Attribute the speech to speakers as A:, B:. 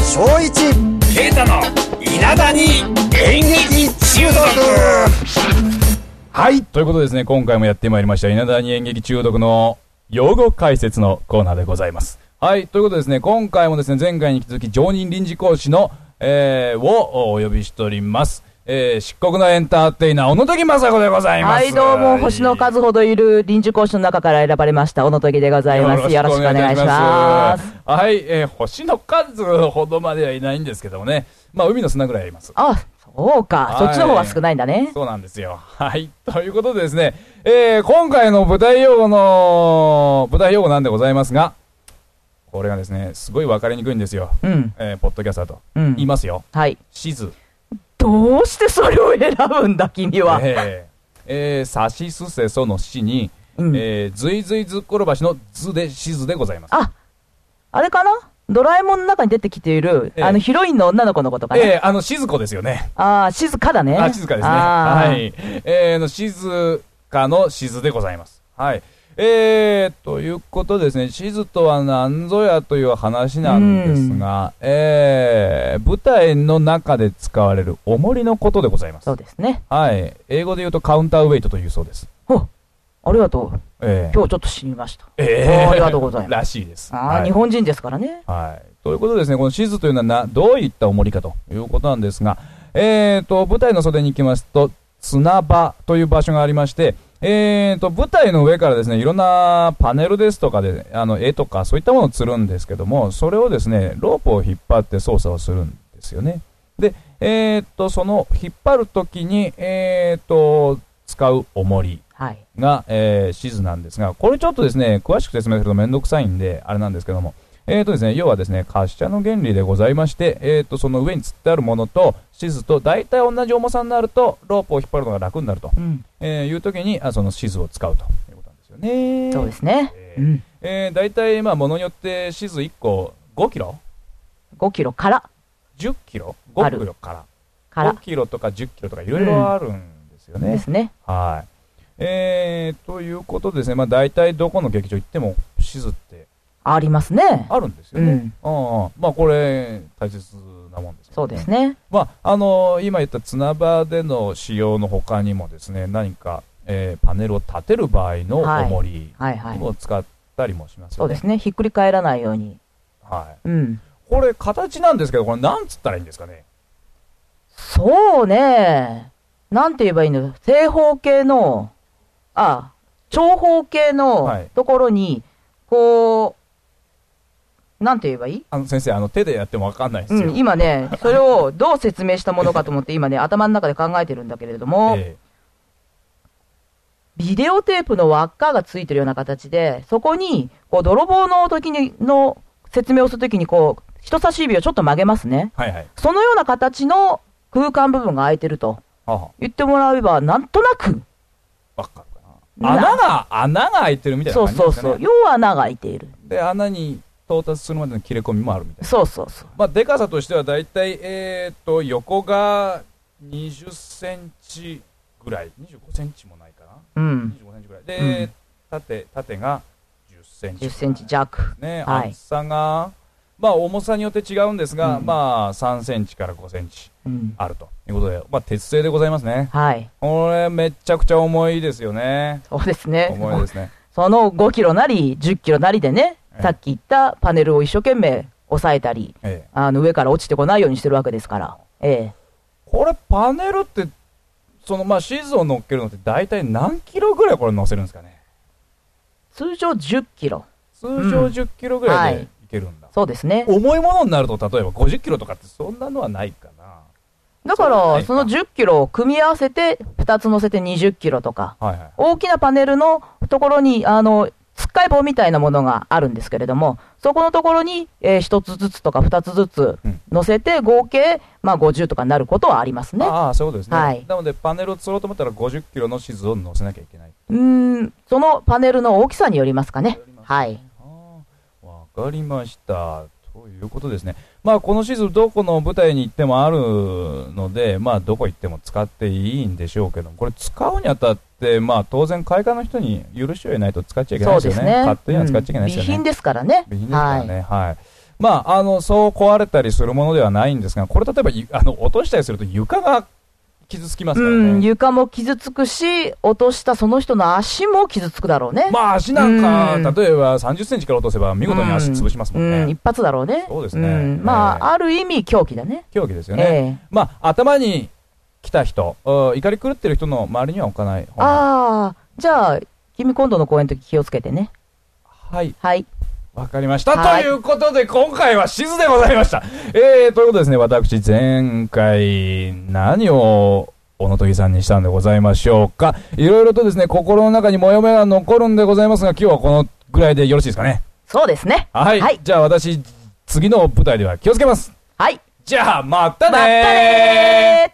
A: 翔一
B: ケイタの稲田に演劇中
C: はい。ということでですね、今回もやってまいりました、稲田に演劇中毒の用語解説のコーナーでございます。はい。ということでですね、今回もですね、前回に引き続き常任臨時講師の、えー、をお呼びしております。えー、漆黒のエンターテイナー、小野時政子でございます。
D: はい、どうも、星の数ほどいる臨時講師の中から選ばれました、小野時でございます。よろしくお願いします。。
C: はい、えー、星の数ほどまではいないんですけどもね、まあ、海の砂ぐらいあります。
D: あ、そうか、
C: はい
D: そっちの方が少ないんだね。
C: そうなんですよ。はい。ということでですね、えー、今回の舞台用語の、舞台用語なんでございますが、これがですね、すごい分かりにくいんですよ。
D: うん、
C: えー、ポッドキャストだと。
D: うん
C: 言い。ますよ。
D: はい。
C: 地図。
D: どうしてそれを選ぶんだ、君は。
C: えー、えー、さしすせそのしに、
D: うん
C: えー、ずいずいずっころばしの図でしずでございます。
D: あ、あれかなドラえもんの中に出てきている、
C: ええ
D: あの、ヒロインの女の子のことかな、
C: えー、あの、しずこですよね。
D: ああ、静かだね。
C: あ、静かですね。
D: あー
C: はい。えー、の、静かの静でございます。はい。えー、ということでですね、静とは何ぞやという話なんですが、えー、舞台の中で使われる重りのことでございます
D: そう。ですね。
C: はい。英語で言うとカウンターウェイトというそうです。
D: ほありがとう。
C: えー、
D: 今日ちょっと死にました。
C: え
D: おーありがとうございま す
C: らしいです。
D: ああ、
C: はい
D: 日本人ですからね。
C: はい。ということでですね、このシズというのはなどういった重りかということなんですが、えーと、舞台の袖に行きますと、砂場という場所がありまして、えーと、舞台の上からですね、いろんなパネルですとかで、あの、絵とかそういったものを吊るんですけども、それをですね、ロープを引っ張って操作をするんですよね。で、えーと、その引っ張るときに、えーと、使う重り
D: はい。
C: が、えー、シズなんですが、これちょっとですね、詳しく説明するとめんどくさいんで、あれなんですけども、えーとですね、要はですね、滑車の原理でございまして、えーと、その上に吊ってあるものと、シズと大体同じ重さになると、ロープを引っ張るのが楽になると、
D: うん。
C: えーいう時に、あそのシズを使うということなんですよね。
D: そうですね。
C: え
D: う
C: ー
D: ん。
C: えー大体、まあ、ものによって、シズ1個5キロ
D: 5キロから、
C: ?10 キロ
D: あ
C: ?5
D: る
C: キロから。
D: から
C: 5。キロとか10キロとかいろいろあるんですよね。
D: ですね。
C: はい。えー、ということでですね、まあ大体どこの劇場行っても、地図って
D: ありますね。
C: あるんですよ
D: う
C: ね。
D: ん。
C: ああまあこれ、大切なもんですよね。
D: そうですね。
C: まあ、あのー今言った綱場での使用の他にもですね、何か、えーパネルを立てる場合の
D: はい
C: 重り
D: はいはい。
C: を使ったりもします
D: そ
C: よ
D: うで
C: ね。
D: すね。ひっくり返らないように。
C: はい。
D: うん。
C: これ、形なんですけど、これなんつったらいいんですかね。
D: そうね。なんて言えばいいの正方形の、あ、長方形
C: はい
D: のところに、こう、なんて言えばいい
C: あの、先生、あの、手でやってもわかんないです
D: う
C: よ。
D: ん、今ね、それをどう説明したものかと思って、今ね、頭の中で考えてるんだけれども、
C: え
D: ビデオテープの輪っかがついてるような形で、そこに、こう、泥棒の時に、の説明をするときに、こう、人差し指をちょっと曲げますね。
C: ーはいはい。
D: そのような形の空間部分が空いてると
C: はは
D: 言ってもらえば、なんとなく、
C: わかるかな。穴が、穴が開いてるみたいな
D: そ
C: 感じ
D: う
C: ですか
D: そ
C: ね。
D: うそう、要は穴が開いている。
C: で、穴に到達するまでの切れ込みもあるみたいな。
D: そうそうそう。
C: まあ、でかさとしては大体、えー、と、横が20センチぐらい。25センチもないか
D: う
C: な。
D: ん。
C: 25センチぐらい。
D: う
C: で
D: ん、
C: 縦、縦が10センチ。
D: 10センチ。弱。
C: ね、
D: はい
C: 厚さが、まあ、重さによって違うんですが、
D: うん
C: まあ、3センチから5センチ
D: うん。
C: あるということで、まあ、鉄製でございますね。
D: はい。
C: これ、めっちゃくちゃ重いですよね。
D: そうですね。
C: 重いですね。
D: その5キロなり、10キロなりでね
C: ええ、
D: さっき言ったパネルを一生懸命押さえたり、
C: ええ
D: あの、上から落ちてこないようにしてるわけですから。え
C: これパネルってそのまあシーズンを乗っけるのって大体何キロぐらいこれ乗せるんですかね
D: え。通常10キロ。
C: 通常
D: うん
C: 10キロぐらい
D: は
C: で
D: い
C: いけるんだ、
D: そうですね。
C: 重いものになると例えば50キロとかってそんなのはないかな
D: だか
C: そうで
D: ら、
C: すね
D: その10キロを組み合わせて、2つ乗せて20キロとか。
C: はいはい
D: 大きなパネルのところに、あの、つっかい棒みたいなものがあるんですけれども、そこのところに、え1つずつとか2つずつ
C: うん
D: 乗せて、合計、まあ、50とかになることはありますね。
C: ああそういうことですね、
D: はい
C: なのでパネルを釣ろうと思ったら50キロのシーズンを乗せなきゃいけないう
D: ーん、そのパネルの大きさによりますかね。はい。
C: ああわかりました。ということですね。まあ、このシーズンどこの舞台に行ってもあるので、まあ、どこ行っても使っていいんでしょうけど、これ使うにあたって、まあ、当然、会館の人に許しを得ないと使っちゃいけない
D: そう
C: です
D: で
C: よ
D: す
C: ね。
D: ね。
C: 勝手には使っちゃいけない
D: うん
C: ですよ
D: 備品
C: ね。
D: ですからね。
C: 備品ですからね。はい。まあ、あの、そう壊れたりするものではないんですが、これ例えばゆ、あの、落としたりすると床が傷つきますからね。
D: うん、床も傷つくし、落としたその人の足も傷つくだろうね。
C: まあ、足なんか、
D: うん
C: 例えば30センチから落とせば見事に足潰しますもんね。
D: うん、一発だろうね。
C: そうですね
D: んまあ、
C: ええ
D: ある意味狂気だね。
C: 狂気ですよね。まあ、頭に来た人、うん怒り狂ってる人の周りには置かない方が。
D: ああ、じゃあ、君今度の公演の時気をつけてね。
C: はい、
D: はい。
C: わかりました。
D: はい
C: ということで、今回は地図でございました。えー、ということでですね、私、前回、何を、小野時さんにしたんでございましょうか。いろいろとですね、心の中にモヤモヤが残るんでございますが、今日はこのぐらいでよろしいですかね。
D: そうですね。
C: はい。
D: はい
C: じゃあ私、次の舞台では気をつけます。
D: はい。
C: じゃあ、またねー
D: またねー